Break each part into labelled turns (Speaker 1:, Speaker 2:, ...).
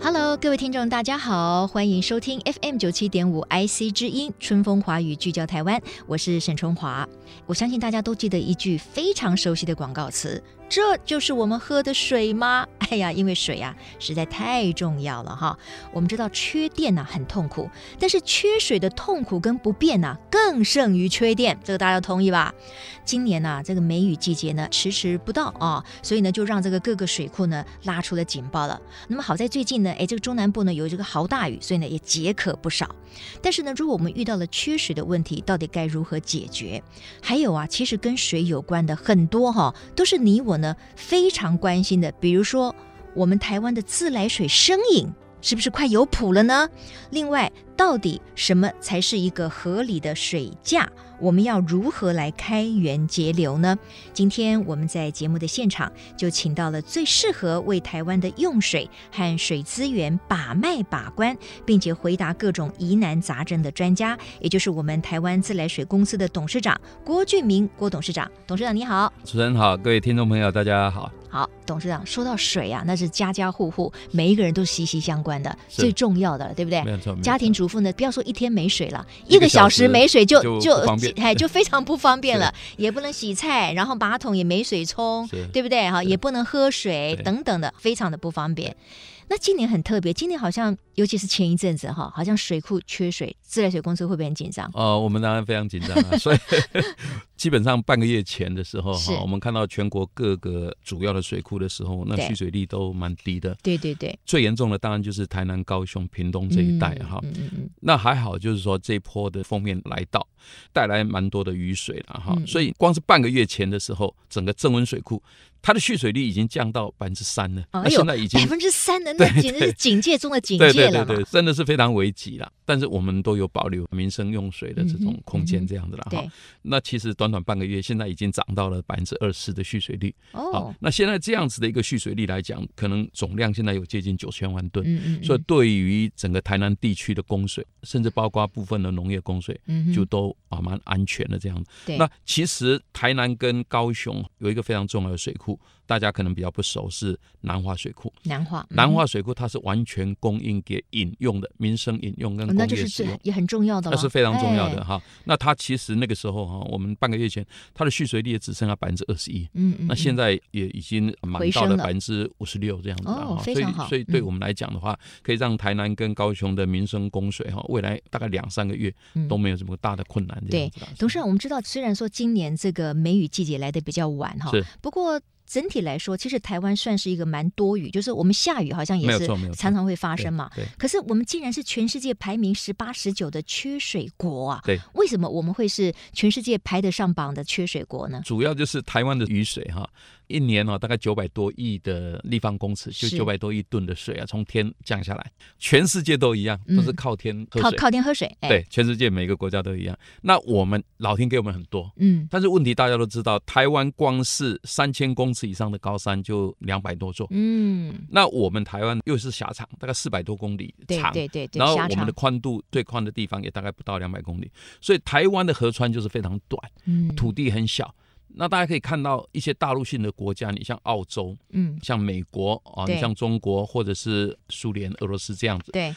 Speaker 1: Hello，各位听众，大家好，欢迎收听 FM 九七点五 IC 之音春风华语聚焦台湾，我是沈春华。我相信大家都记得一句非常熟悉的广告词：“这就是我们喝的水吗？” 哎呀，因为水啊实在太重要了哈。我们知道缺电呐、很痛苦，但是缺水的痛苦跟不便呐、更胜于缺电，这个大家同意吧？今年呐、这个梅雨季节呢迟迟不到啊，所以呢就让这个各个水库呢拉出了警报了。那么好在最近呢，哎，这个中南部呢有这个豪大雨，所以呢也解渴不少。但是呢，如果我们遇到了缺水的问题，到底该如何解决？还有啊，其实跟水有关的很多哈、都是你我呢非常关心的，比如说我们台湾的自来水生饮。是不是快有谱了呢？另外，到底什么才是一个合理的水价？我们要如何来开源节流呢？今天我们在节目的现场就请到了最适合为台湾的用水和水资源把脉把关，并且回答各种疑难杂症的专家，也就是我们台湾自来水公司的董事长郭俊明郭董事长。董事长你好。
Speaker 2: 主持人好，各位听众朋友，大家好。
Speaker 1: 好，董事长，说到水啊，那是家家户户每一个人都息息相关的，
Speaker 2: 是
Speaker 1: 最重要的了，对不对
Speaker 2: 没？有错，没
Speaker 1: 哎
Speaker 2: 有错
Speaker 1: 家庭主妇呢，不要说一天没水了，
Speaker 2: 一个
Speaker 1: 个小
Speaker 2: 小时
Speaker 1: 没水就
Speaker 2: 就
Speaker 1: 就
Speaker 2: 不方便
Speaker 1: 哎就非常不方便 了，也不能洗菜，然后马桶也没水冲
Speaker 2: 是，
Speaker 1: 对不对？哈，
Speaker 2: 是
Speaker 1: 也不能喝水
Speaker 2: 对
Speaker 1: 等等的，非常的不方便。那今年很特别，今年好像尤其是前一阵子哈，好像水库缺水，自来水公司会不会很紧张？
Speaker 2: 呃，我们当然非常紧张 啊，所以基本上半个月前的时候
Speaker 1: 是
Speaker 2: 哈，我们看到全国各个主要的水库的时候，那
Speaker 1: 对
Speaker 2: 蓄水率都蛮低的。
Speaker 1: 对对对，
Speaker 2: 最严重的当然就是台南、高雄、屏东这一带
Speaker 1: 嗯
Speaker 2: 哈。
Speaker 1: 嗯嗯嗯，
Speaker 2: 那还好，就是说这一波的封面来到，带来蛮多的雨水了哈。
Speaker 1: 嗯
Speaker 2: 所以光是半个月前的时候，整个正温水库它的蓄水率已经降到百分之三了，
Speaker 1: 哎
Speaker 2: 那
Speaker 1: 呦
Speaker 2: 现在已经
Speaker 1: 百分之三的
Speaker 2: 对
Speaker 1: 那简直是
Speaker 2: 对
Speaker 1: 警戒中的警
Speaker 2: 对
Speaker 1: 戒
Speaker 2: 对
Speaker 1: 了
Speaker 2: 对
Speaker 1: 嘛
Speaker 2: 对，。真的是非常危急啦。但是我们都有保留民生用水的这
Speaker 1: 嗯
Speaker 2: 种
Speaker 1: 哼嗯
Speaker 2: 空
Speaker 1: 哼
Speaker 2: 间，这样子啦。哈、
Speaker 1: 对
Speaker 2: 那其实短短半个月，现在已经涨到了百分之二十的蓄水率。
Speaker 1: 哦，
Speaker 2: 那现在这样子的一个蓄水率来讲，可能总量现在有接近九千万吨。
Speaker 1: 嗯嗯，
Speaker 2: 所以
Speaker 1: 嗯，
Speaker 2: 对于整个台南地区的供水，甚至包括部分的农业供水，
Speaker 1: 嗯哼
Speaker 2: 就都啊蛮安全的这样子。
Speaker 1: 对
Speaker 2: 那其实台南跟高雄有一个非常重要的水库，大家可能比较不熟，是南华水库。
Speaker 1: 南化，嗯
Speaker 2: 南化水库它是完全供应给饮用的，民生饮用跟
Speaker 1: 哦
Speaker 2: 工
Speaker 1: 那就是
Speaker 2: 业使
Speaker 1: 最
Speaker 2: 用。
Speaker 1: 也很重要的
Speaker 2: 那
Speaker 1: 了，
Speaker 2: 是非常重要的
Speaker 1: 哎。
Speaker 2: 哈、那它其实那个时候哈，我们半个月前它的蓄水率也只剩下百分之二十一，
Speaker 1: 嗯嗯，
Speaker 2: 那现
Speaker 1: 在
Speaker 2: 在也已经满
Speaker 1: 回
Speaker 2: 到
Speaker 1: 升
Speaker 2: 了
Speaker 1: 了
Speaker 2: 百分之五十六这样子了
Speaker 1: 哦
Speaker 2: 哈、
Speaker 1: 非
Speaker 2: 所以
Speaker 1: 常好
Speaker 2: 所以对
Speaker 1: 嗯
Speaker 2: 我们来讲的话，可以让台南跟高雄的民生供水哈，未来大概两三个月都没有什么大的困难这样子啦。
Speaker 1: 嗯董事长，我们知道，虽然说今年这个梅雨季节来的比较晚哈
Speaker 2: 是，
Speaker 1: 不过。整体来说，其实台湾算是一个蛮多雨，就是我们下雨好像也
Speaker 2: 没有
Speaker 1: 是
Speaker 2: 错没有错
Speaker 1: 常常会发
Speaker 2: 发
Speaker 1: 生嘛。
Speaker 2: 对。对
Speaker 1: 可是我们竟然是全世界排名十八、十九的缺水国啊！
Speaker 2: 对，
Speaker 1: 为什么我们会是全世界排得上榜的缺水国呢？
Speaker 2: 主要就是台湾的雨水哈，一年哦大概九百多亿的立方公尺，就是九百多亿吨的水啊，从天降下来，全世界都一样，
Speaker 1: 嗯
Speaker 2: 都是靠天喝
Speaker 1: 靠
Speaker 2: 水。
Speaker 1: 靠天喝水，哎，
Speaker 2: 对，全世界每个国家都一样。那我们老天给我们很多，
Speaker 1: 嗯
Speaker 2: 但是问题大家都知道，台湾光是三千公尺以上的高山就两百多座，
Speaker 1: 嗯，
Speaker 2: 那我们台湾又是狭长，大概四百多公里
Speaker 1: 对
Speaker 2: 长，
Speaker 1: 对对对，
Speaker 2: 然后
Speaker 1: 狭
Speaker 2: 我们
Speaker 1: 长
Speaker 2: 的宽度最宽的地方也大概不到两百公里，所以台湾的河川就是非常短。
Speaker 1: 嗯
Speaker 2: 土地很小。那大家可以看到一些大陆性的国家，你像澳洲、
Speaker 1: 嗯，
Speaker 2: 像美国啊，
Speaker 1: 对
Speaker 2: 你像中国或者是苏联、俄罗斯这样子，
Speaker 1: 对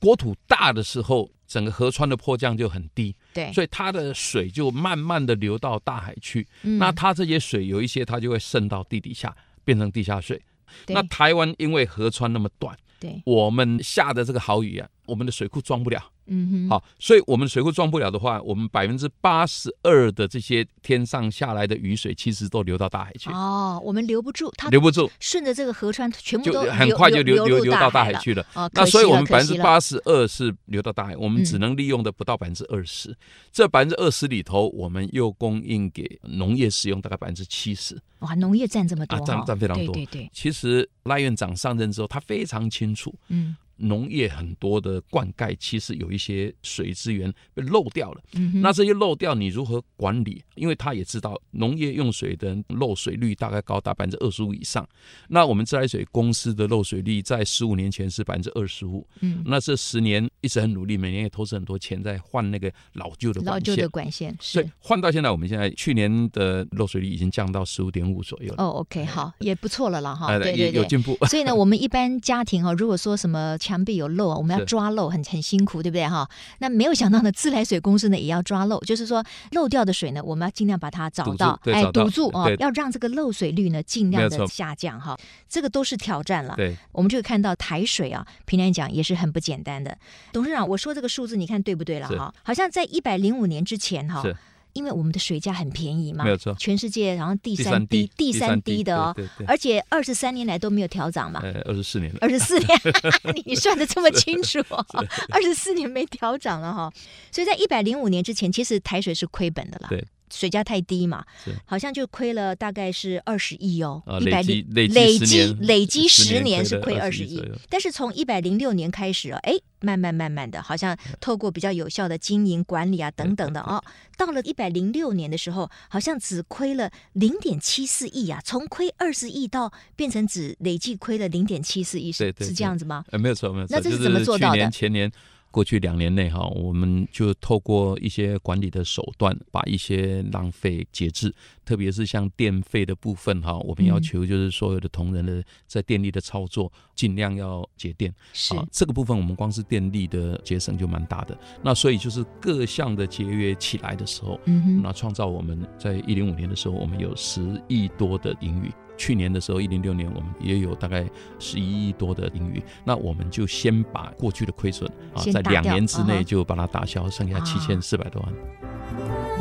Speaker 2: 国土大的时候，整个河川的坡降就很低，
Speaker 1: 对，
Speaker 2: 所以它的水就慢慢的流到大海去。
Speaker 1: 嗯
Speaker 2: 那它这些水有一些它就会渗到地底下，变成地下水。
Speaker 1: 对
Speaker 2: 那台湾因为河川那么短，
Speaker 1: 对，
Speaker 2: 我们下的这个好雨啊，我们的水库装不了。
Speaker 1: 嗯哼，
Speaker 2: 好，所以我们水库装不了的话，我们百分之八十二的这些天上下来的雨水，其实都流到大海去，
Speaker 1: 哦，我们留不住，它
Speaker 2: 留不住，
Speaker 1: 顺着这个河川全部
Speaker 2: 就
Speaker 1: 都
Speaker 2: 很快就
Speaker 1: 流
Speaker 2: 流流
Speaker 1: 入
Speaker 2: 流到大
Speaker 1: 海
Speaker 2: 海
Speaker 1: 了。
Speaker 2: 去了。
Speaker 1: 哦，
Speaker 2: 那
Speaker 1: 可惜
Speaker 2: 所以我
Speaker 1: 了
Speaker 2: 们
Speaker 1: 可
Speaker 2: 百分
Speaker 1: 惜
Speaker 2: 之
Speaker 1: 了
Speaker 2: 八十二是流到大海，我们
Speaker 1: 嗯
Speaker 2: 只能利用的不到百分之二十。这百分之二十里头，我们又供应给农业使用大概百分之七十。
Speaker 1: 哇，农业占这么多
Speaker 2: 啊
Speaker 1: 哈，
Speaker 2: 占占非常
Speaker 1: 对
Speaker 2: 多
Speaker 1: 对对，
Speaker 2: 其实赖院长上任之后，他非常清楚，
Speaker 1: 嗯，
Speaker 2: 农业很多的灌溉，其实有一些水资源被漏掉了。
Speaker 1: 嗯哼
Speaker 2: 那这些漏掉你如何管理？因为他也知道农业用水的漏水率大概高达百分之二十五以上。那我们自来水公司的漏水率在十五年前是百分之二十五，
Speaker 1: 嗯，
Speaker 2: 那这十年一直很努力，每年也投资很多钱在换那个老旧的
Speaker 1: 老
Speaker 2: 管
Speaker 1: 旧
Speaker 2: 线
Speaker 1: 的。管线
Speaker 2: 所以
Speaker 1: 是。
Speaker 2: 换到现在，我们现在去年的漏水率已经降到十五点五左右了。
Speaker 1: 哦，OK，好，也不错了啦哈。
Speaker 2: 哎
Speaker 1: 对
Speaker 2: 也
Speaker 1: 对
Speaker 2: 有
Speaker 1: 对。
Speaker 2: 进步。
Speaker 1: 所以呢，我们一般家庭哈、哦，如果说什么墙壁有漏啊，我们要
Speaker 2: 是
Speaker 1: 抓漏，很很辛苦，对不对哈、那没有想到呢，自来水公司呢也要抓漏，就是说漏掉的水呢，我们要尽量把它找
Speaker 2: 堵住
Speaker 1: 到，
Speaker 2: 对
Speaker 1: 哎，
Speaker 2: 找到
Speaker 1: 堵住哦
Speaker 2: 对，
Speaker 1: 要让这个漏水率呢尽量
Speaker 2: 没
Speaker 1: 的
Speaker 2: 有错
Speaker 1: 下降哈、这个都是挑战了。
Speaker 2: 对，
Speaker 1: 我们就会看到台水啊，平常讲也是很不简单的。董事长，我说这个数字，你看对不对了
Speaker 2: 是
Speaker 1: 哈？好像在一百零五年之前哈
Speaker 2: 是，
Speaker 1: 因为我们的水价很便宜嘛
Speaker 2: 没，有错。
Speaker 1: 全世界然后第
Speaker 2: 第
Speaker 1: 三低
Speaker 2: 低，，
Speaker 1: 第三低的哦，
Speaker 2: 对对对，
Speaker 1: 而且二十三年来都没有调涨嘛。
Speaker 2: 呃，二十四年了。
Speaker 1: 二十四 年，你算的这么清楚、哦，二十四年没调涨了哈、所以在一百零五年之前，其实台水是亏本的啦。
Speaker 2: 对，
Speaker 1: 水价太低嘛
Speaker 2: 是，
Speaker 1: 好像就亏了大概是二十亿哦，
Speaker 2: 啊
Speaker 1: 一百
Speaker 2: 累积
Speaker 1: 零累
Speaker 2: 累积10
Speaker 1: 积
Speaker 2: 年
Speaker 1: 累积
Speaker 2: 10
Speaker 1: 十
Speaker 2: 年
Speaker 1: 年
Speaker 2: 亏
Speaker 1: 是
Speaker 2: 了
Speaker 1: 亏二
Speaker 2: 20
Speaker 1: 十
Speaker 2: 亿
Speaker 1: 亿
Speaker 2: 左右，
Speaker 1: 但是从一百零六年开始哦，哎，慢慢慢慢的，好像
Speaker 2: 嗯
Speaker 1: 透过比较有效的经营管理啊等等的哦，到了一百零六年的时候，好像只亏了零点七四亿啊，从亏二十亿到变成只累计亏了零点七四亿，是
Speaker 2: 对对
Speaker 1: 是这
Speaker 2: 对
Speaker 1: 样子吗？
Speaker 2: 呃，没有错，没有错。
Speaker 1: 那这是
Speaker 2: 就
Speaker 1: 怎么做到的
Speaker 2: 去年、前年、过去两年内哈，我们就透过一些管理的手段，把一些浪费节制，特别是像电费的部分哈，我们要
Speaker 1: 嗯
Speaker 2: 求就是所有的同仁的在电力的操作，尽量要节电。
Speaker 1: 是
Speaker 2: 啊，这个部分我们光是电力的节省就蛮大的。那所以就是各项的节约起来的时候，
Speaker 1: 嗯哼，
Speaker 2: 那创造我们在一零五年的时候，我们有十亿多的盈余。去年的时候，一零六年我们也有大概十一亿多的盈余。那我们就先把过去的亏损啊，
Speaker 1: 先
Speaker 2: 在
Speaker 1: 打
Speaker 2: 两
Speaker 1: 掉
Speaker 2: 年之
Speaker 1: 嗯哼
Speaker 2: 内就把它打消，剩下
Speaker 1: 啊
Speaker 2: 七千四百多万。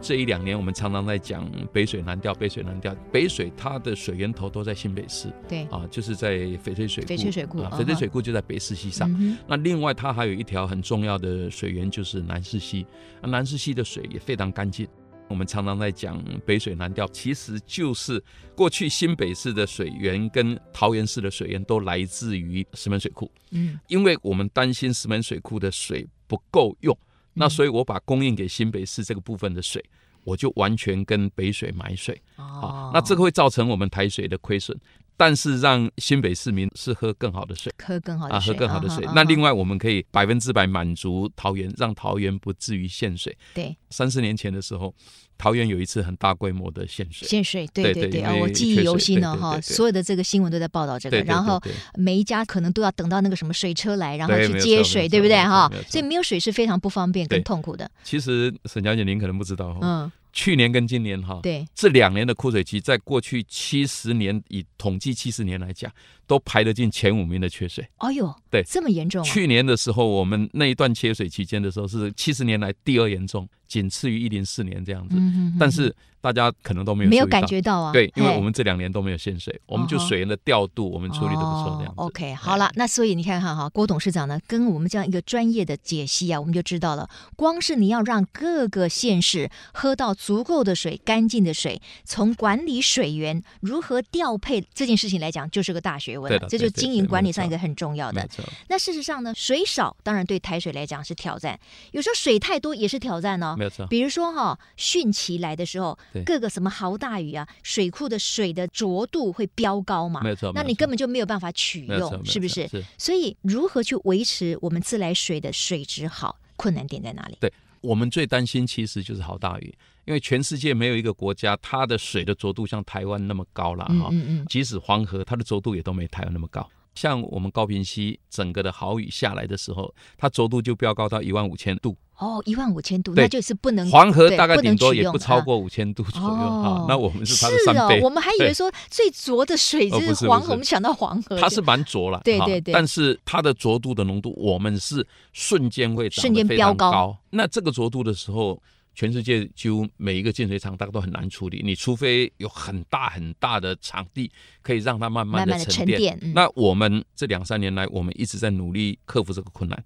Speaker 2: 这一两年，我们常常在讲北水南调，北水南调。北水它的水源头都在新北市
Speaker 1: 对，
Speaker 2: 啊，就是在翡翠水库。
Speaker 1: 翡翠水库
Speaker 2: 啊，
Speaker 1: 嗯
Speaker 2: 翡翠
Speaker 1: 哼
Speaker 2: 水库就在北市西上。
Speaker 1: 嗯哼，
Speaker 2: 那另外，它还有一条很重要的水源就是南势溪，啊南势溪的水也非常干净。我们常常在讲北水南调，其实就是过去新北市的水源跟桃园市的水源都来自于石门水库，
Speaker 1: 嗯，
Speaker 2: 因为我们担心石门水库的水不够用，那所以我把供应给新北市这个部分的水，我就完全跟北水买水。
Speaker 1: 哦
Speaker 2: 啊，，那这个会造成我们台水的亏损，但是让新北市民是喝更好的水。
Speaker 1: 喝更好的
Speaker 2: 啊，
Speaker 1: 水，
Speaker 2: 喝更好的
Speaker 1: 嗯哼
Speaker 2: 水。
Speaker 1: 嗯
Speaker 2: 那
Speaker 1: 哼
Speaker 2: 另外，我们可以百分之百满足桃园，让桃园不至于限水。
Speaker 1: 对
Speaker 2: 三四年前的时候，桃园有一次很大规模的限水，
Speaker 1: 限水，对
Speaker 2: 对
Speaker 1: 对对，
Speaker 2: 对因
Speaker 1: 哦，我
Speaker 2: 为
Speaker 1: 记忆
Speaker 2: 缺
Speaker 1: 犹
Speaker 2: 水
Speaker 1: 新
Speaker 2: 对
Speaker 1: 呢
Speaker 2: 对
Speaker 1: 哈，
Speaker 2: 对对
Speaker 1: 所有的这个新闻都在报道这个，
Speaker 2: 对对
Speaker 1: 然
Speaker 2: 对
Speaker 1: 后
Speaker 2: 对
Speaker 1: 每一家可能都要等到那个什么水车来，然后
Speaker 2: 对
Speaker 1: 去
Speaker 2: 没有
Speaker 1: 接
Speaker 2: 错
Speaker 1: 水，
Speaker 2: 没
Speaker 1: 对不
Speaker 2: 错
Speaker 1: 对
Speaker 2: 没有
Speaker 1: 哈
Speaker 2: 错没有？错
Speaker 1: 所以没有水是非常不方便跟
Speaker 2: 对
Speaker 1: 痛苦的，
Speaker 2: 其实沈小姐您可能不知道，哈，
Speaker 1: 嗯，
Speaker 2: 去年跟今年哈，
Speaker 1: 对，
Speaker 2: 这两年的枯水期，在过去七十年以统计七十年来讲，都排得进前五名的缺水。
Speaker 1: 哎呦，
Speaker 2: 对
Speaker 1: 这么严重啊，
Speaker 2: 去年的时候，我们那一段缺水期间的时候，是七十年来第二严重，仅次于一零四年这样子。
Speaker 1: 嗯哼哼
Speaker 2: 但是大家可能都没有
Speaker 1: 没有
Speaker 2: 注意到
Speaker 1: 感觉到啊，
Speaker 2: 对，因为
Speaker 1: 嘿
Speaker 2: 我们这两年都没有限水，我们就
Speaker 1: 哦吼
Speaker 2: 水源的调度，我们处理的不错，这样
Speaker 1: 哦
Speaker 2: 子。哎
Speaker 1: OK，好了，那所以你看看哈，郭董事长呢，跟我们这样一个专业的解析啊，我们就知道了，光是你要让各个县市喝到足够的水、干净的水，从管理水源如何调配这件事情来讲，就是个大学问
Speaker 2: 对
Speaker 1: 了。
Speaker 2: 的
Speaker 1: 这
Speaker 2: 对
Speaker 1: 就是
Speaker 2: 对
Speaker 1: 经
Speaker 2: 对
Speaker 1: 营
Speaker 2: 没
Speaker 1: 管理
Speaker 2: 错
Speaker 1: 上一个很重要
Speaker 2: 没
Speaker 1: 的。
Speaker 2: 错，
Speaker 1: 那事实上呢，水少当然对台水来讲是挑战，有时候水太多也是挑战哦。
Speaker 2: 没有错。
Speaker 1: 比如说哈、汛期来的时候
Speaker 2: 对，
Speaker 1: 各个什么豪大雨啊，水库的水的浊度会飙高嘛，
Speaker 2: 没有错
Speaker 1: 那
Speaker 2: 没有
Speaker 1: 你
Speaker 2: 错
Speaker 1: 根本就没有办法取
Speaker 2: 没有错没
Speaker 1: 用，
Speaker 2: 有
Speaker 1: 是不
Speaker 2: 错
Speaker 1: 是？
Speaker 2: 是
Speaker 1: 所以如何去维持我们自来水的水质好，困难点在哪里？
Speaker 2: 对我们最担心其实就是好大雨，因为全世界没有一个国家它的水的浊度像台湾那么高了
Speaker 1: 嗯
Speaker 2: 啊哈。
Speaker 1: 嗯嗯，
Speaker 2: 即使黄河，它的浊度也都没台湾那么高。像我们高平溪整个的好雨下来的时候，它浊度就飙高到一万五千度，
Speaker 1: 哦，一万五千度，
Speaker 2: 对
Speaker 1: 那就是不能
Speaker 2: 黄河
Speaker 1: 对
Speaker 2: 大概
Speaker 1: 不能
Speaker 2: 顶多
Speaker 1: 取
Speaker 2: 也
Speaker 1: 用
Speaker 2: 不超
Speaker 1: 啊
Speaker 2: 过五千度左右
Speaker 1: 哦
Speaker 2: 啊。那我们是它的
Speaker 1: 是
Speaker 2: 三
Speaker 1: 哦
Speaker 2: 倍，。
Speaker 1: 我们还以为
Speaker 2: 对
Speaker 1: 说最浊的水就
Speaker 2: 哦不是不
Speaker 1: 黄河，
Speaker 2: 是
Speaker 1: 我们想到黄河，
Speaker 2: 它
Speaker 1: 就是
Speaker 2: 蛮浊了，
Speaker 1: 对
Speaker 2: 哈
Speaker 1: 对对
Speaker 2: 但是它的浊度的浓度，我们是瞬间会长得
Speaker 1: 瞬间
Speaker 2: 非常
Speaker 1: 飙高
Speaker 2: 高。那这个浊度的时候，全世界几乎每一个净水厂大概都很难处理，你除非有很大很大的场地可以让它慢
Speaker 1: 慢
Speaker 2: 慢
Speaker 1: 慢
Speaker 2: 的
Speaker 1: 的沉
Speaker 2: 沉淀。
Speaker 1: 淀，嗯
Speaker 2: 那我们这两三年来，我们一直在努力克服这个困难。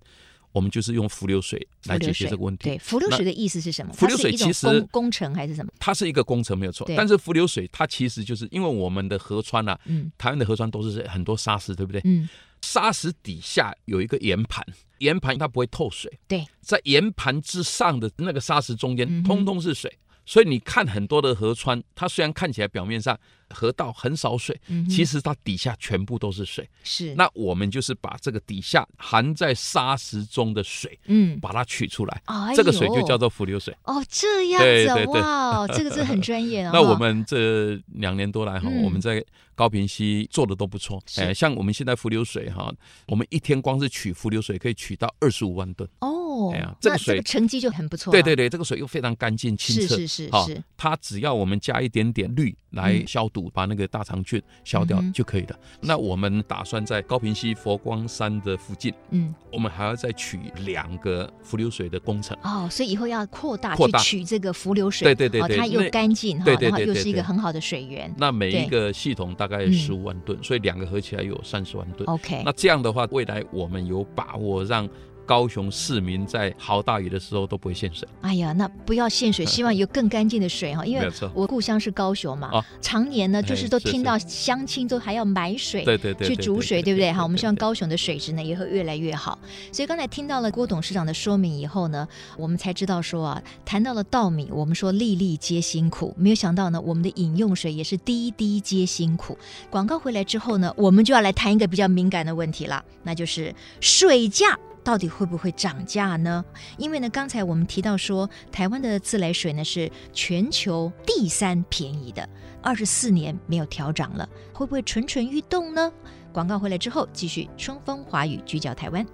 Speaker 2: 我们就是用浮流水来解决这个问题。
Speaker 1: 对，浮流水的意思是什么？
Speaker 2: 浮流水
Speaker 1: 它是一种
Speaker 2: 其实
Speaker 1: 工工程还是什么？
Speaker 2: 它是一个工程没有错
Speaker 1: 对，
Speaker 2: 但是浮流水它其实就是因为我们的河川啊，
Speaker 1: 嗯
Speaker 2: 台湾的河川都是很多沙石，对不对？
Speaker 1: 嗯，
Speaker 2: 沙石底下有一个岩盘，岩盘它不会透水，
Speaker 1: 对，
Speaker 2: 在岩盘之上的那个沙石
Speaker 1: 嗯
Speaker 2: 中
Speaker 1: 哼
Speaker 2: 间，通通是水。所以你看很多的河川，它虽然看起来表面上河道很少水，
Speaker 1: 嗯哼
Speaker 2: 其实它底下全部都是水。
Speaker 1: 是
Speaker 2: 那我们就是把这个底下含在沙石中的水，
Speaker 1: 嗯，
Speaker 2: 把它取出来，
Speaker 1: 哎呦
Speaker 2: 这个水就叫做浮流水。
Speaker 1: 哦这样子
Speaker 2: 对对对
Speaker 1: 哇哦，这个是很专业哦。
Speaker 2: 那我们这两年多来哈，
Speaker 1: 嗯
Speaker 2: 我们在高平溪做的都不错。
Speaker 1: 是
Speaker 2: 哎，像我们现在浮流水哈，我们一天光是取浮流水可以取到二十五万吨。
Speaker 1: 哦，
Speaker 2: 哎呀这
Speaker 1: 那
Speaker 2: 个
Speaker 1: 这
Speaker 2: 水
Speaker 1: 个成绩就很不错了。
Speaker 2: 对对对，这个水又非常干净清
Speaker 1: 是
Speaker 2: 澈。
Speaker 1: 啊是是
Speaker 2: 好
Speaker 1: 是，
Speaker 2: 它只要我们加一点点氯来
Speaker 1: 嗯
Speaker 2: 消毒，把那个大肠菌消
Speaker 1: 嗯
Speaker 2: 掉
Speaker 1: 哼
Speaker 2: 就可以了。那我们打算在高平溪佛光山的附近，
Speaker 1: 嗯
Speaker 2: 我们还要再取两个浮流水的工程。
Speaker 1: 哦，所以以后要扩大
Speaker 2: 扩
Speaker 1: 去
Speaker 2: 大
Speaker 1: 取这个浮流水，
Speaker 2: 对对对
Speaker 1: 哦，
Speaker 2: 对
Speaker 1: 它又
Speaker 2: 那
Speaker 1: 干净哈
Speaker 2: 对，对
Speaker 1: 然后
Speaker 2: 对
Speaker 1: 又
Speaker 2: 对
Speaker 1: 是一个
Speaker 2: 对
Speaker 1: 很好的水源。
Speaker 2: 那每
Speaker 1: 对
Speaker 2: 一个系统大概
Speaker 1: 嗯
Speaker 2: 十五万吨，所以两个合起来有三十万吨。
Speaker 1: OK，
Speaker 2: 那这样的话，未来我们有把握让高雄市民在豪大雨的时候都不会限水。
Speaker 1: 哎呀，那不要限 水，希望有更干净的水哈，因
Speaker 2: 没
Speaker 1: 为
Speaker 2: 有错
Speaker 1: 我故乡是高雄嘛，
Speaker 2: 啊
Speaker 1: 常年呢就是
Speaker 2: 哎
Speaker 1: 都
Speaker 2: 是
Speaker 1: 听
Speaker 2: 是
Speaker 1: 到乡亲都还要买水。
Speaker 2: 对对对，
Speaker 1: 去煮水，对不对？哈，我们希望
Speaker 2: 对
Speaker 1: 高雄的水质呢也会越来越好。所以刚才听到了郭董事长的说明以后呢，我们才知道说啊，谈到了稻米，我们说粒粒皆辛苦，没有想到呢，我们的饮用水也是滴滴皆辛苦。广告回来之后呢，我们就要来谈一个比较敏感的问题了，那就是水价。到底会不会涨价呢？因为呢，刚才我们提到说，台湾的自来水呢是全球第三便宜的，二十四年没有调涨了，会不会蠢蠢欲动呢？广告回来之后，继续春风华语聚焦台湾。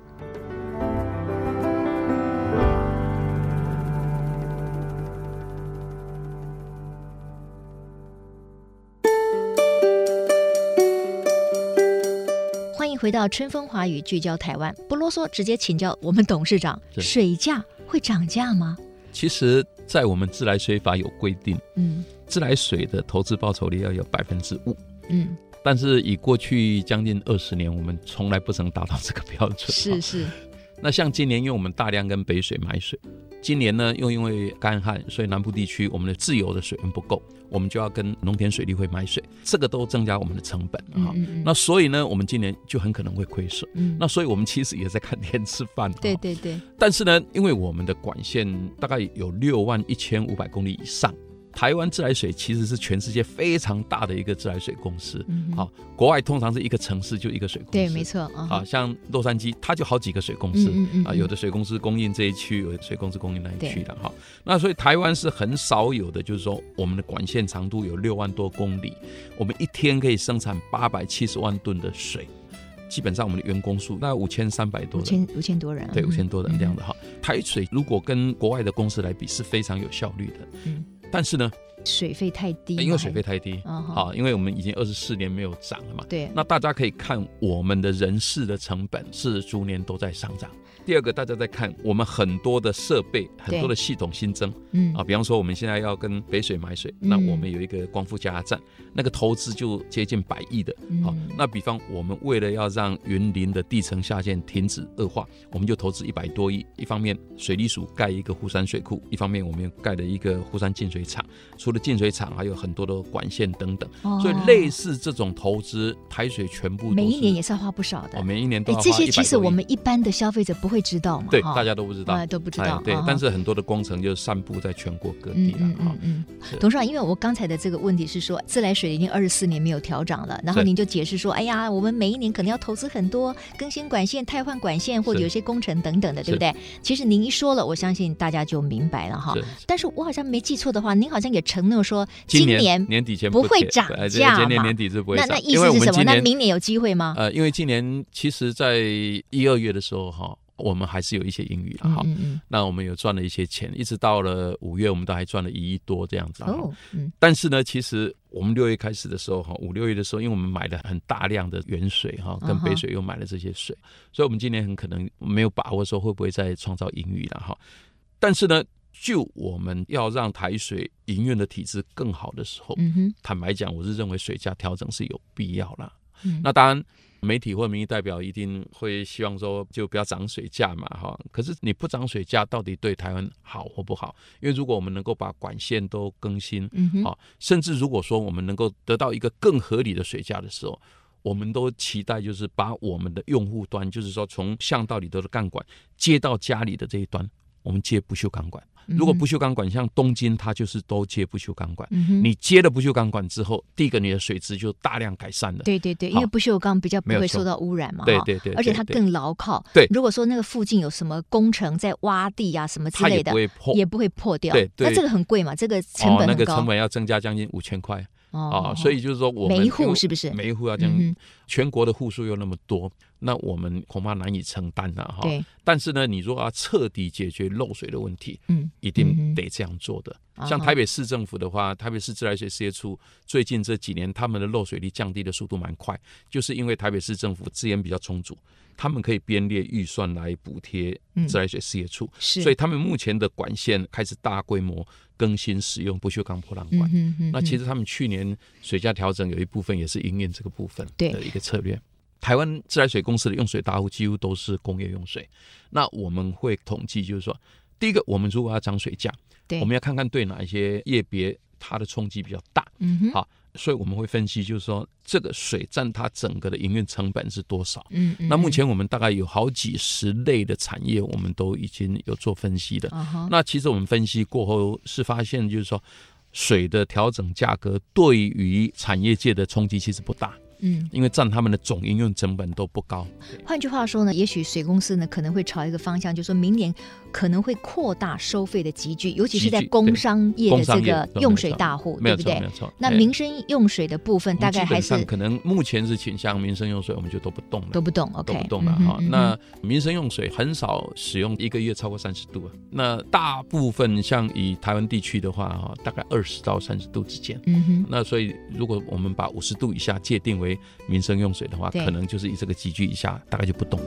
Speaker 1: 欢迎回到春风华语聚焦台湾，不啰嗦，直接请教我们董事长：
Speaker 2: 是
Speaker 1: 水价会涨价吗？
Speaker 2: 对其实，在我们自来水法有规定，
Speaker 1: 嗯
Speaker 2: 自来水的投资报酬率要有百分之五。
Speaker 1: 嗯，
Speaker 2: 但是以过去将近二十年，我们从来不曾达到这个标准。
Speaker 1: 是是，
Speaker 2: 那像今年，因为我们大量跟北水买水，今年呢又因为干旱，所以南部地区我们的自由的水源不够，我们就要跟农田水利会买水，这个都增加我们的成本啊。
Speaker 1: 嗯嗯嗯，
Speaker 2: 那所以呢，我们今年就很可能会亏损。
Speaker 1: 嗯
Speaker 2: 那所以我们其实也在看天吃饭。
Speaker 1: 对
Speaker 2: 哦。
Speaker 1: 对对，
Speaker 2: 但是呢，因为我们的管线大概有六万一千五百公里以上，台湾自来水其实是全世界非常大的一个自来水公司。
Speaker 1: 嗯哼
Speaker 2: 好、国外通常是一个城市就一个水公司。
Speaker 1: 对，没。错
Speaker 2: 啊，
Speaker 1: 啊，
Speaker 2: 像洛杉矶，它就好几个水公司。
Speaker 1: 嗯嗯嗯
Speaker 2: 啊，有的水公司供应这一区，有的水公司供应那
Speaker 1: 对
Speaker 2: 一区的哈。那所以台湾是很少有的，就是说我们的管线长度有六万多公里，我们一天可以生产八百七十万吨的水，基本上我们的员工数那五千三百多
Speaker 1: 嗯五
Speaker 2: 人，
Speaker 1: 千五千多人啊，
Speaker 2: 对，
Speaker 1: 嗯
Speaker 2: 五千多人这样，
Speaker 1: 嗯
Speaker 2: 的哈。台水如果跟国外的公司来比是非常有效率的，
Speaker 1: 嗯
Speaker 2: 但是呢，
Speaker 1: 水费太低嘛，
Speaker 2: 哎因为水费
Speaker 1: 还，
Speaker 2: 太低，
Speaker 1: 啊哈
Speaker 2: 啊，因为我们已经二十四年没有涨了嘛，
Speaker 1: 对，
Speaker 2: 那大家可以看我们的人事的成本是逐年都在上涨。第二个，大家在看我们很多的设备、很多的系统新增
Speaker 1: 嗯
Speaker 2: 啊，比方说我们现在要跟北水买水，
Speaker 1: 嗯
Speaker 2: 那我们有一个光伏加压站，那个投资就接近百亿的。好
Speaker 1: 嗯，
Speaker 2: 那比方我们为了要让云林的地层下陷停止恶化，我们就投资一百多亿。一方面水利署盖一个湖山水库，一方面我们又盖了一个湖山净水厂。除了净水厂，还有很多的管线等等。所以
Speaker 1: 哦
Speaker 2: 类似这种投资，台水全部都
Speaker 1: 每
Speaker 2: 是
Speaker 1: 一年也是要花不少的
Speaker 2: 哦，。每一年都
Speaker 1: 哎
Speaker 2: 要，花
Speaker 1: 这些
Speaker 2: 100
Speaker 1: 其实
Speaker 2: 多亿
Speaker 1: 我们一般的消费者不会知道嘛，
Speaker 2: 对
Speaker 1: 哈
Speaker 2: 大家都不知道
Speaker 1: 哎，都不知道
Speaker 2: 哎对
Speaker 1: 啊哈，
Speaker 2: 但是很多的工程就散布在全国各地
Speaker 1: 嗯
Speaker 2: 了
Speaker 1: 嗯
Speaker 2: 哈
Speaker 1: 嗯。嗯，
Speaker 2: 是
Speaker 1: 董事长，因为我刚才的这个问题是说，自来水已经二十四年没有调涨了，然后
Speaker 2: 对
Speaker 1: 您就解释说，哎呀，我们每一年可能要投资很多更新管线、汰换管线，或者
Speaker 2: 是
Speaker 1: 有一些工程等等的，对不
Speaker 2: 是
Speaker 1: 对？其实您一说了，我相信大家就明白了哈
Speaker 2: 是。
Speaker 1: 但是我好像没记错的话，您好像也承诺说，
Speaker 2: 今年
Speaker 1: 年
Speaker 2: 年底前
Speaker 1: 不会
Speaker 2: 跌
Speaker 1: 涨
Speaker 2: 对哎
Speaker 1: 价
Speaker 2: 今年
Speaker 1: 嘛
Speaker 2: 年底是不会
Speaker 1: 那
Speaker 2: 涨，
Speaker 1: 那意
Speaker 2: 因为
Speaker 1: 思
Speaker 2: 我
Speaker 1: 是
Speaker 2: 们
Speaker 1: 什么？
Speaker 2: 今
Speaker 1: 那
Speaker 2: 年
Speaker 1: 明年有机会吗？
Speaker 2: 呃，因为今年其实，在一二月的时候哈，我们还是有一些盈余了哈。
Speaker 1: 嗯嗯
Speaker 2: 那我们有赚了一些钱，一直到了五月，我们都还赚了一亿多这样子
Speaker 1: 嗯，
Speaker 2: 哈。
Speaker 1: 哦，嗯
Speaker 2: 但是呢，其实我们六月开始的时候哈，五六月的时候，因为我们买了很大量的原水哈，
Speaker 1: 嗯
Speaker 2: 跟
Speaker 1: 哼
Speaker 2: 北水又买了这些水，所以我们今年很可能没有把握说会不会再创造盈余了哈。但是呢，就我们要让台水营运的体制更好的时候，
Speaker 1: 嗯哼，
Speaker 2: 坦白讲，我是认为水价调整是有必要啦。
Speaker 1: 嗯
Speaker 2: 那当然，媒体或民意代表一定会希望说，就不要涨水价嘛，哈。可是你不涨水价，到底对台湾好或不好？因为如果我们能够把管线都更新，
Speaker 1: 嗯哼，
Speaker 2: 好、甚至如果说我们能够得到一个更合理的水价的时候，我们都期待就是把我们的用户端，就是说从巷道里头的钢管接到家里的这一端，我们接不锈钢管。如果不锈钢管，像东京它就是都接不锈钢管。
Speaker 1: 嗯嗯哼，
Speaker 2: 你接了不锈钢管之后，第一个你的水质就大量改善了。
Speaker 1: 对对对，因为
Speaker 2: 好
Speaker 1: 不锈钢比较不
Speaker 2: 没有
Speaker 1: 会
Speaker 2: 错
Speaker 1: 受到污染嘛，
Speaker 2: 对
Speaker 1: 哈
Speaker 2: 对对
Speaker 1: 而且
Speaker 2: 对
Speaker 1: 它
Speaker 2: 对
Speaker 1: 更牢靠。
Speaker 2: 对
Speaker 1: 如果说那个附近有什么工程在挖地啊什么之
Speaker 2: 它
Speaker 1: 类
Speaker 2: 也
Speaker 1: 的
Speaker 2: 不，会破。
Speaker 1: 也不会破掉。
Speaker 2: 对对
Speaker 1: 那这个很贵嘛，这个成
Speaker 2: 哦，
Speaker 1: 本
Speaker 2: 那
Speaker 1: 很
Speaker 2: 个
Speaker 1: 高。
Speaker 2: 成本要增加将近五千块啊、
Speaker 1: 哦
Speaker 2: 所以就是说我们
Speaker 1: 每一户
Speaker 2: 因为
Speaker 1: 是不是
Speaker 2: 每一户要这样，
Speaker 1: 嗯
Speaker 2: 全国的户数又那么多，那我们恐怕难以承担了
Speaker 1: 哼，
Speaker 2: 哈。
Speaker 1: 对，
Speaker 2: 但是呢，你如果要彻底解决漏水的问题，
Speaker 1: 嗯，
Speaker 2: 一
Speaker 1: 嗯
Speaker 2: 定
Speaker 1: 哼
Speaker 2: 得这样做的。
Speaker 1: 啊
Speaker 2: 像
Speaker 1: 哈
Speaker 2: 台北市政府的话，台北市自来水事业处最近这几年他们的漏水率降低的速度蛮快，就是因为台北市政府资源比较充足，他们可以编列预算来补贴
Speaker 1: 嗯
Speaker 2: 自来水事业处，
Speaker 1: 是，
Speaker 2: 所以他们目前的管线开始大规模更新使用不锈钢破浪
Speaker 1: 嗯
Speaker 2: 管。
Speaker 1: 哼嗯
Speaker 2: 那其
Speaker 1: 哼
Speaker 2: 实他们去年水价调整有一部分也是因应这个部分
Speaker 1: 对
Speaker 2: 的一个策略。台湾自来水公司的用水大户几乎都是工业用水，那我们会统计，就是说，第一个，我们如果要涨水价，
Speaker 1: 对
Speaker 2: 我们要看看对哪一些业别它的冲击比较大。
Speaker 1: 嗯哼，
Speaker 2: 好，所以我们会分析，就是说这个水占它整个的营运成本是多少。
Speaker 1: 嗯嗯，
Speaker 2: 那目
Speaker 1: 嗯
Speaker 2: 前我们大概有好几十类的产业，我们都已经有做分析的。
Speaker 1: 啊哈，
Speaker 2: 那其实我们分析过后是发现，就是说水的调整价格对于产业界的冲击其实不大，
Speaker 1: 嗯，
Speaker 2: 因为占他们的总应用成本都不高。
Speaker 1: 换句话说呢，也许水公司呢可能会朝一个方向，就说明年可能会扩大收费的集聚，尤其是
Speaker 2: 集聚
Speaker 1: 在
Speaker 2: 对
Speaker 1: 工商业的
Speaker 2: 工商
Speaker 1: 这
Speaker 2: 业
Speaker 1: 个
Speaker 2: 对
Speaker 1: 用
Speaker 2: 没
Speaker 1: 水
Speaker 2: 错
Speaker 1: 大户，
Speaker 2: 没
Speaker 1: 对
Speaker 2: 有
Speaker 1: 不
Speaker 2: 错，没
Speaker 1: 哦对
Speaker 2: 有？错。
Speaker 1: 那
Speaker 2: 哎
Speaker 1: 民生用水的部分
Speaker 2: 我们
Speaker 1: 大概
Speaker 2: 基本
Speaker 1: 还是
Speaker 2: 上可能目前是倾向民生用水，我们就都不动了
Speaker 1: 都。不懂
Speaker 2: 都
Speaker 1: ，OK，
Speaker 2: 不动了
Speaker 1: 嗯哼
Speaker 2: 哈、
Speaker 1: 嗯哼
Speaker 2: 那民生用水很少使用，一个月超过三十度啊。那大部分像以台湾地区的话哈，大概二十到三十度之间。
Speaker 1: 嗯哼，
Speaker 2: 那所以，如果我们把五十度以下界定为民生用水的话，
Speaker 1: 对
Speaker 2: 可能就是以这个集聚以下，大概就不动。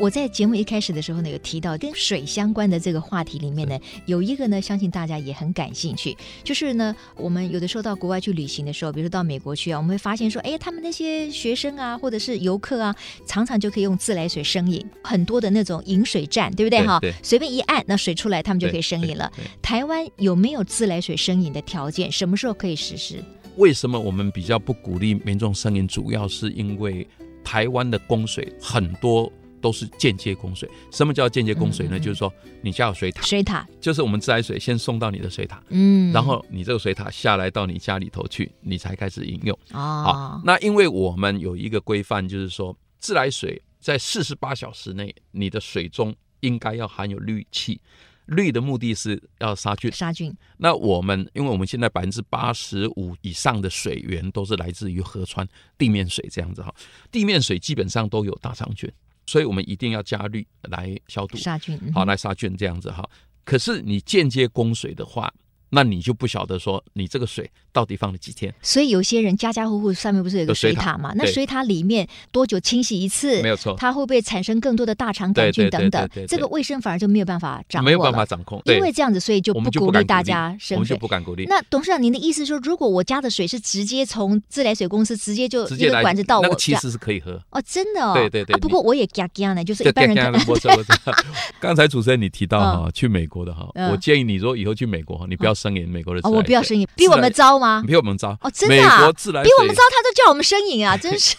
Speaker 1: 我在节目一开始的时候呢，有提到跟水相关的这个话题里面呢，有一个呢，相信大家也很感兴趣，就是呢，我们有的时候到国外去旅行的时候，比如说到美国去啊，我们会发现说，哎，他们那些学生啊，或者是游客啊，常常就可以用自来水生饮，很多的那种饮水站，对不对
Speaker 2: 对
Speaker 1: 哈
Speaker 2: 对？
Speaker 1: 随便一按，那水出来，他们就可以
Speaker 2: 对
Speaker 1: 生饮了。
Speaker 2: 对对
Speaker 1: 台湾有没有自来水生饮的条件？什么时候可以实施？
Speaker 2: 为什么我们比较不鼓励民众生饮？主要是因为台湾的供水很多都是间接供水。什么叫间接供水呢？
Speaker 1: 嗯嗯嗯
Speaker 2: 就是说你家有水塔，
Speaker 1: 水塔，
Speaker 2: 就是我们自来水先送到你的水塔，
Speaker 1: 嗯，
Speaker 2: 然后你这个水塔下来到你家里头去，你才开始饮用。
Speaker 1: 啊
Speaker 2: 好，，那因为我们有一个规范，就是说自来水在四十八小时内，你的水中应该要含有氯气。氯的目的是要杀菌。
Speaker 1: 杀菌，
Speaker 2: 那我们，因为我们现在百分之八十五以上的水源都是来自于河川地面水这样子哈，地面水基本上都有大肠菌，所以我们一定要加氯来消毒。
Speaker 1: 杀菌，嗯
Speaker 2: 好来杀菌这样子哈。可是你间接供水的话，那你就不晓得说你这个水到底放了几天，
Speaker 1: 所以有些人家家户户上面不是有个
Speaker 2: 有水
Speaker 1: 水
Speaker 2: 塔
Speaker 1: 塔嘛？那
Speaker 2: 对
Speaker 1: 水塔里面多久清洗一次？
Speaker 2: 没有错，
Speaker 1: 它会不会产生更多的大肠杆
Speaker 2: 对
Speaker 1: 菌
Speaker 2: 对对
Speaker 1: 等等
Speaker 2: 对对？对
Speaker 1: 这个卫生反而就没有办法掌握
Speaker 2: 没有办
Speaker 1: 了
Speaker 2: 法，掌控，对
Speaker 1: 因为这样子，所以就
Speaker 2: 我们
Speaker 1: 不
Speaker 2: 就不
Speaker 1: 励
Speaker 2: 敢
Speaker 1: 大家
Speaker 2: 我
Speaker 1: 生
Speaker 2: 们就
Speaker 1: 水。
Speaker 2: 不敢鼓励。
Speaker 1: 那董事长，您的意思说，如果我家的水是直接从自来水公司直接就
Speaker 2: 直
Speaker 1: 一
Speaker 2: 接
Speaker 1: 个
Speaker 2: 来
Speaker 1: 管子到
Speaker 2: 那
Speaker 1: 我
Speaker 2: 个其
Speaker 1: 家？
Speaker 2: 实是可 以喝。
Speaker 1: 哦，真的哦，
Speaker 2: 对对对
Speaker 1: 啊，不过我也嘎嘎呢，就是一
Speaker 2: 对
Speaker 1: 般
Speaker 2: 对
Speaker 1: 人
Speaker 2: 对，
Speaker 1: 可
Speaker 2: 我知道我知道 刚才主持人你提到哈，去美国的哈，
Speaker 1: 嗯
Speaker 2: 我建议你说以后去美国哈，你不要生饮美国的自
Speaker 1: 哦，
Speaker 2: 来水。
Speaker 1: 我不要生饮，比
Speaker 2: 自来
Speaker 1: 我们糟吗？
Speaker 2: 比我们糟
Speaker 1: 哦真的
Speaker 2: 美
Speaker 1: 啊
Speaker 2: 国自来
Speaker 1: 比我们糟
Speaker 2: 水，，
Speaker 1: 他都叫我们生饮啊，真 是。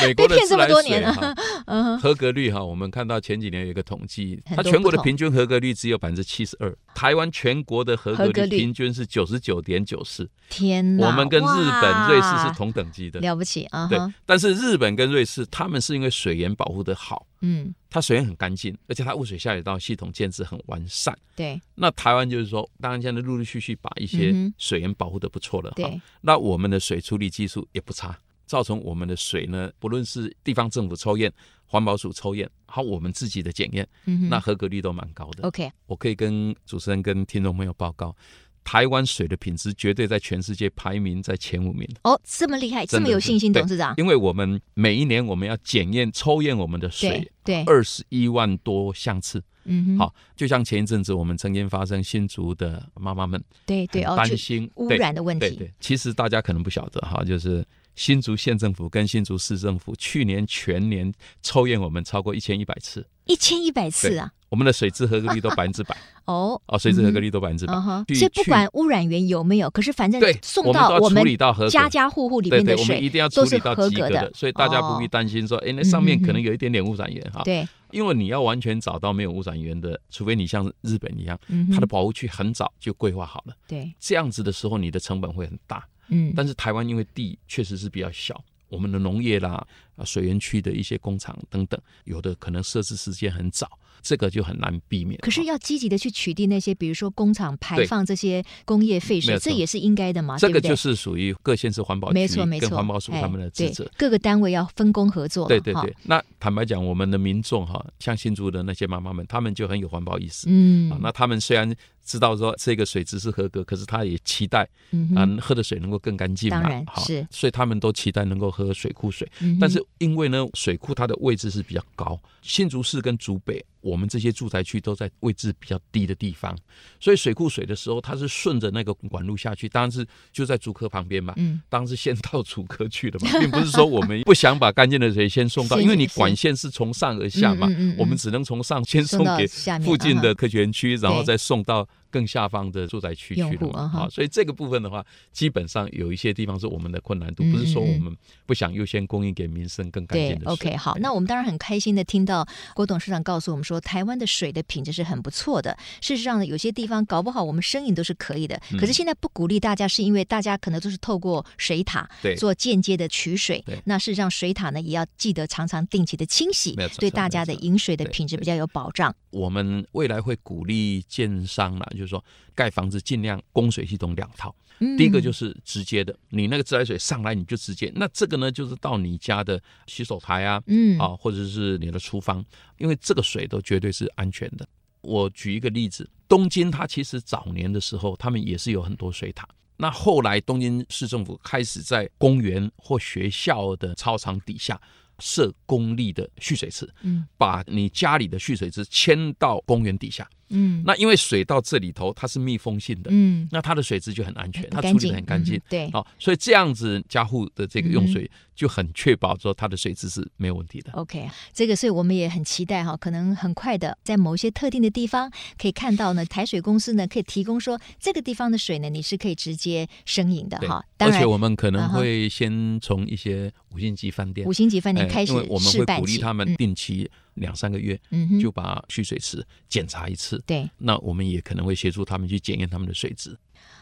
Speaker 2: 美国
Speaker 1: 被
Speaker 2: 的
Speaker 1: 骗
Speaker 2: 自
Speaker 1: 这么
Speaker 2: 来
Speaker 1: 多
Speaker 2: 水
Speaker 1: 年
Speaker 2: 哈，
Speaker 1: 嗯
Speaker 2: 合格率哈，我们看到前几年有一个统计，
Speaker 1: 很
Speaker 2: 它
Speaker 1: 多
Speaker 2: 全国
Speaker 1: 不
Speaker 2: 的
Speaker 1: 同
Speaker 2: 平均合格率只有百分之七十二，台湾全国的合格
Speaker 1: 合格
Speaker 2: 率
Speaker 1: 率
Speaker 2: 平均是九十九点九四，
Speaker 1: 天哪，
Speaker 2: 我们跟日本、瑞士
Speaker 1: 哇
Speaker 2: 是同等级的。
Speaker 1: 了不起啊！
Speaker 2: 对
Speaker 1: 哈，
Speaker 2: 但是日本跟瑞士他们是因为水源保护的好，
Speaker 1: 嗯，
Speaker 2: 它水源很干净，而且它污水下水道系统建制很完善。
Speaker 1: 对
Speaker 2: 那台湾就是说，当然现在陆陆续续把一些
Speaker 1: 嗯哼
Speaker 2: 水源保护的不错了哈、
Speaker 1: 对，
Speaker 2: 那我们的水处理技术也不差，造成我们的水呢，不论是地方政府抽验、环保署抽验，还有我们自己的检验，
Speaker 1: 嗯哦哼
Speaker 2: 那合格率都蛮高的。
Speaker 1: OK，
Speaker 2: 我可以跟主持人、跟听众朋友报告，台湾水的品质绝对在全世界排名在前五名。
Speaker 1: 哦，这么厉害，这
Speaker 2: 真的
Speaker 1: 么有
Speaker 2: 是
Speaker 1: 信心，
Speaker 2: 对
Speaker 1: 董事长。
Speaker 2: 因为我们每一年我们要检验、抽验我们的
Speaker 1: 对
Speaker 2: 水啊
Speaker 1: 对，
Speaker 2: 二十一万多项次，
Speaker 1: 嗯哼，，
Speaker 2: 好，就像前一阵子我们曾经发生新竹的妈妈们
Speaker 1: 对对
Speaker 2: 很
Speaker 1: 哦，
Speaker 2: 担
Speaker 1: 就
Speaker 2: 心
Speaker 1: 污
Speaker 2: 对
Speaker 1: 染的问
Speaker 2: 对
Speaker 1: 题，
Speaker 2: 对，其实大家可能不晓得哈，就是新竹县政府跟新竹市政府去年全年抽验我们超过一千一百次，
Speaker 1: 一千一百次
Speaker 2: 对
Speaker 1: 啊，
Speaker 2: 我们的水质合格率都百分之 百
Speaker 1: 哦，
Speaker 2: 哦，水质合格率都百分之百
Speaker 1: 嗯哼，，
Speaker 2: 去
Speaker 1: 所以不
Speaker 2: 去
Speaker 1: 管污染源有没有，可是反正
Speaker 2: 对
Speaker 1: 送
Speaker 2: 我们
Speaker 1: 到
Speaker 2: 都要
Speaker 1: 我
Speaker 2: 处
Speaker 1: 们
Speaker 2: 理到合格
Speaker 1: 家家户户里
Speaker 2: 对
Speaker 1: 面
Speaker 2: 对，
Speaker 1: 的
Speaker 2: 我们一
Speaker 1: 水
Speaker 2: 定要处
Speaker 1: 都是
Speaker 2: 理到
Speaker 1: 合
Speaker 2: 及
Speaker 1: 格
Speaker 2: 格
Speaker 1: 的，
Speaker 2: 所以大家不必
Speaker 1: 哦
Speaker 2: 担心说，哎，那
Speaker 1: 嗯
Speaker 2: 上面
Speaker 1: 嗯嗯
Speaker 2: 可能有一点点污染源哈。
Speaker 1: 对，
Speaker 2: 因为你要完全找到没有污染源的，除非你像日本一样，
Speaker 1: 嗯
Speaker 2: 它的
Speaker 1: 哼，
Speaker 2: 保护区很早就规划好了。
Speaker 1: 对，
Speaker 2: 这样子的时候，你的成本会很大。
Speaker 1: 嗯，
Speaker 2: 但是台湾因为地确实是比较小，我们的农业啦、啊水源区的一些工厂等等，有的可能设置时间很早，这个就很难避免。
Speaker 1: 可是
Speaker 2: 哦
Speaker 1: 要积极的去取缔那些，比如说工厂排
Speaker 2: 对
Speaker 1: 放这些工业废
Speaker 2: 没
Speaker 1: 水，
Speaker 2: 有
Speaker 1: 这
Speaker 2: 错
Speaker 1: 也是应该的嘛，
Speaker 2: 哦这个
Speaker 1: 对不对
Speaker 2: 就是属于各县市环保
Speaker 1: 没
Speaker 2: 局
Speaker 1: 错没
Speaker 2: 跟
Speaker 1: 错，
Speaker 2: 环保署
Speaker 1: 哎
Speaker 2: 他们的职
Speaker 1: 对
Speaker 2: 责。
Speaker 1: 各个单位要分工合作嘛，
Speaker 2: 对对
Speaker 1: 哈
Speaker 2: 对，，那坦白讲，我们的民众哈，像新竹的那些妈妈们，他们就很有环保意识。
Speaker 1: 嗯
Speaker 2: 啊，，那他们虽然知道说这个水质是合格，可是他也期待
Speaker 1: 嗯
Speaker 2: 啊、
Speaker 1: 哼，
Speaker 2: 喝的水能够更干净嘛，
Speaker 1: 当然
Speaker 2: 好
Speaker 1: 是
Speaker 2: 所以他们都期待能够喝水库水。
Speaker 1: 嗯哼
Speaker 2: 但是因为呢，水库它的位置是比较高，新竹市跟竹北，我们这些住宅区都在位置比较低的地方，所以水库水的时候，它是顺着那个管路下去，当然是就在竹科旁边嘛。
Speaker 1: 嗯，
Speaker 2: 当然是先到竹科去的嘛， 并不是说我们不想把干净的水先送到，
Speaker 1: 是
Speaker 2: 因为你
Speaker 1: 是
Speaker 2: 管线是从上而下嘛，
Speaker 1: 嗯嗯嗯嗯
Speaker 2: 我们只能从上先
Speaker 1: 送
Speaker 2: 送
Speaker 1: 到
Speaker 2: 给
Speaker 1: 下面
Speaker 2: 附近
Speaker 1: 啊
Speaker 2: 的
Speaker 1: 哈
Speaker 2: 科学园区，然后
Speaker 1: 对
Speaker 2: 再送到更下方的住宅区去
Speaker 1: 用
Speaker 2: 了
Speaker 1: 户啊
Speaker 2: 嘛。
Speaker 1: 哈
Speaker 2: 好，所以这个部分的话，基本上有一些地方是我们的困难度，
Speaker 1: 嗯
Speaker 2: 不是说
Speaker 1: 嗯嗯
Speaker 2: 我们不想优先供应给民生更干净
Speaker 1: 对
Speaker 2: 的水。
Speaker 1: ，OK，好，那我们当然很开心的听到郭董事长告诉我们说，台湾的水的品质是很不错的。事实上呢，有些地方搞不好我们生饮都是可以的，
Speaker 2: 嗯
Speaker 1: 可是现在不鼓励大家，是因为大家可能都是透过水塔
Speaker 2: 对
Speaker 1: 做间接的取水
Speaker 2: 对。
Speaker 1: 那事实上，水塔呢也要记得常常定期的清洗
Speaker 2: 没有，错
Speaker 1: 对
Speaker 2: 没有
Speaker 1: 大家的
Speaker 2: 错
Speaker 1: 饮水的
Speaker 2: 对
Speaker 1: 品质
Speaker 2: 对
Speaker 1: 比较有保障。
Speaker 2: 我们未来会鼓励建商啦，就是说盖房子尽量供水系统两套。
Speaker 1: 嗯
Speaker 2: 第一个就是直接的，你那个自来水上来你就直接，那这个呢就是到你家的洗手台啊，
Speaker 1: 嗯
Speaker 2: 啊，或者是你的厨房，因为这个水都绝对是安全的。我举一个例子，东京它其实早年的时候，他们也是有很多水塔。那后来东京市政府开始在公园或学校的操场底下设公立的蓄水池，
Speaker 1: 嗯
Speaker 2: 把你家里的蓄水池迁到公园底下。
Speaker 1: 嗯
Speaker 2: 那因为水到这里头它是密封性的，
Speaker 1: 嗯，
Speaker 2: 那它的水质就很安全，它
Speaker 1: 很
Speaker 2: 处
Speaker 1: 干
Speaker 2: 理
Speaker 1: 净
Speaker 2: 的很干净
Speaker 1: 嗯。对，嗯
Speaker 2: 哦，所以这样子家户的这个用水就很确保说它的水质是没有问题的。
Speaker 1: OK，这个所以我们也很期待哈，可能很快的在某一些特定的地方可以看到呢，台水公司呢可以提供说这个地方的水呢你是可以直接生饮的
Speaker 2: 对
Speaker 1: 哈，，当
Speaker 2: 而且
Speaker 1: 然
Speaker 2: 我们可
Speaker 1: 嗯
Speaker 2: 能
Speaker 1: 哼
Speaker 2: 会先从一些五星级饭店
Speaker 1: 五，星级饭店
Speaker 2: 哎
Speaker 1: 开始
Speaker 2: 因为我们
Speaker 1: 试
Speaker 2: 会
Speaker 1: 办
Speaker 2: 鼓
Speaker 1: 起，
Speaker 2: 励他们定期两三个月
Speaker 1: 嗯哼
Speaker 2: 就把蓄水池检查一次。
Speaker 1: 对。
Speaker 2: 那我们也可能会协助他们去检验他们的水质。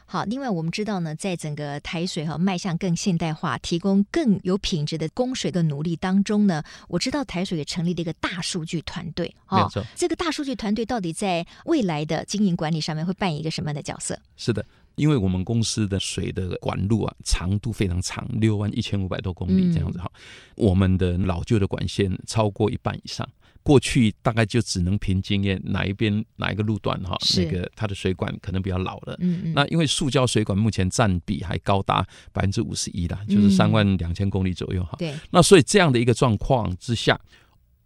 Speaker 1: 好，另外我们知道呢，在整个台水哈迈向更现代化、提供更有品质的供水的努力当中呢，我知道台水也成立了一个大数据团队
Speaker 2: 没有
Speaker 1: 哦
Speaker 2: 错。
Speaker 1: 这个大数据团队到底在未来的经营管理上面会扮演一个什么样的角色？
Speaker 2: 是的，因为我们公司的水的管路啊，长度非常长，六万一千五百多公里这样子
Speaker 1: 嗯
Speaker 2: 哈。我们的老旧的管线超过一半以上，过去大概就只能凭经验，哪一边哪一个路段哈，
Speaker 1: 是
Speaker 2: 那个它的水管可能比较老了。
Speaker 1: 嗯嗯，
Speaker 2: 那因为塑胶水管目前占比还高达百分之五十一啦，就是
Speaker 1: 嗯
Speaker 2: 三万两千公里左右哈。
Speaker 1: 对，
Speaker 2: 那所以这样的一个状况之下，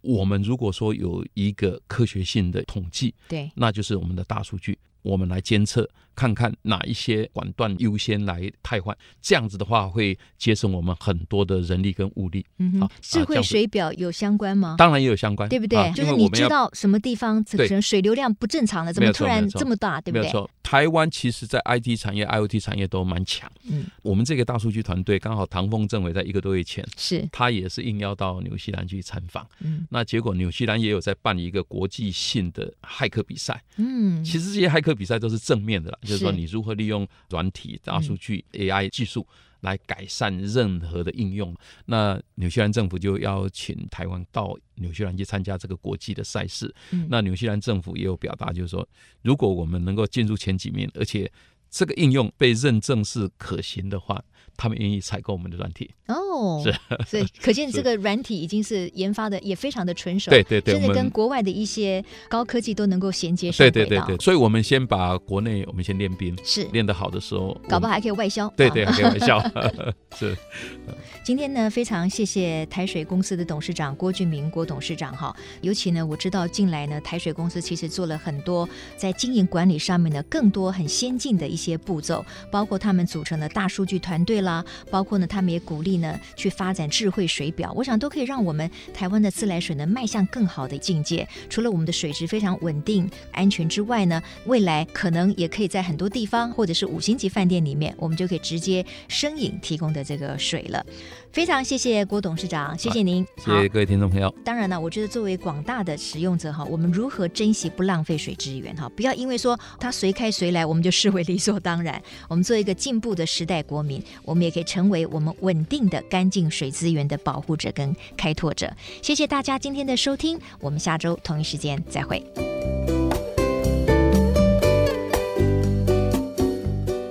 Speaker 2: 我们如果说有一个科学性的统计，
Speaker 1: 对，
Speaker 2: 那就是我们的大数据，我们来监测看看哪一些管段优先来汰换，这样子的话会节省我们很多的人力跟物力。
Speaker 1: 嗯
Speaker 2: 好
Speaker 1: 哼
Speaker 2: 啊，
Speaker 1: 智
Speaker 2: 这
Speaker 1: 慧
Speaker 2: 样子
Speaker 1: 水表有相关吗？
Speaker 2: 当然也有相关，
Speaker 1: 对不对？
Speaker 2: 啊
Speaker 1: 就
Speaker 2: 因为
Speaker 1: 是
Speaker 2: 我
Speaker 1: 你
Speaker 2: 们
Speaker 1: 知
Speaker 2: 要
Speaker 1: 道什么地方可
Speaker 2: 对
Speaker 1: 能水流量不正常了，怎么
Speaker 2: 没有
Speaker 1: 突
Speaker 2: 错没有
Speaker 1: 然
Speaker 2: 错
Speaker 1: 这么大，对不
Speaker 2: 没
Speaker 1: 对？
Speaker 2: 有错，台湾其实在 IT 产业、IOT 产业都蛮强。
Speaker 1: 嗯，
Speaker 2: 我们这个大数据团队刚好唐凤政委在一个多月前，
Speaker 1: 是，
Speaker 2: 他也是应邀到纽西兰去参访。
Speaker 1: 嗯
Speaker 2: 那结果纽西兰也有在办一个国际性的骇客比赛。
Speaker 1: 嗯，
Speaker 2: 其实这些骇客比赛都是正面的啦，就是说
Speaker 1: 是嗯
Speaker 2: 你如何利用软体、大数据、AI 技术来改善任何的应用。那纽西兰政府就邀请台湾到纽西兰去参加这个国际的赛事。
Speaker 1: 嗯
Speaker 2: 那纽西兰政府也有表达，就是说，如果我们能够进入前几名，而且这个应用被认证是可行的话，他们愿意采购我们的软体。
Speaker 1: 哦，
Speaker 2: 是，
Speaker 1: 所以可见这个软体已经是研发的也非常的成熟，
Speaker 2: 对对对，我
Speaker 1: 甚至
Speaker 2: 们
Speaker 1: 跟国外的一些高科技都能够衔接上
Speaker 2: 对
Speaker 1: 轨
Speaker 2: 对对
Speaker 1: 道，
Speaker 2: 对，所以我们先把国内我们先练兵，
Speaker 1: 是。
Speaker 2: 练得好的时候，
Speaker 1: 搞不
Speaker 2: 我
Speaker 1: 好
Speaker 2: 们
Speaker 1: 还可以外销。
Speaker 2: 对对，
Speaker 1: 啊
Speaker 2: 开 玩笑，是
Speaker 1: 今天呢，非常谢谢台水公司的董事长郭俊明郭董事长哈。尤其呢，我知道近来呢，台水公司其实做了很多在经营管理上面呢，更多很先进的一些步骤，包括他们组成的大数据团队啦，包括呢，他们也鼓励呢去发展智慧水表，我想都可以让我们台湾的自来水呢迈向更好的境界。除了我们的水质非常稳定、安全之外呢，未来可能也可以在很多地方或者是五星级饭店里面，我们就可以直接生饮提供的这个水了。非常谢谢郭董事长，谢谢您。
Speaker 2: 谢谢各位听众朋友。
Speaker 1: 当然呢，我觉得作为广大的使用者哈，我们如何珍惜不浪费水资源哈，不要因为说它随开随来，我们就视为理所当然。我们做一个进步的时代国民，我们也可以成为我们稳定的干净水资源的保护者跟开拓者。谢谢大家今天的收听，我们下周同一时间再会。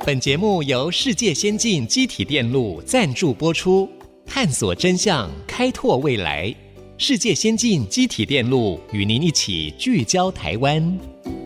Speaker 3: 本节目由世界先进机体电路赞助播出，探索真相，开拓未来。世界先进机体电路与您一起聚焦台湾。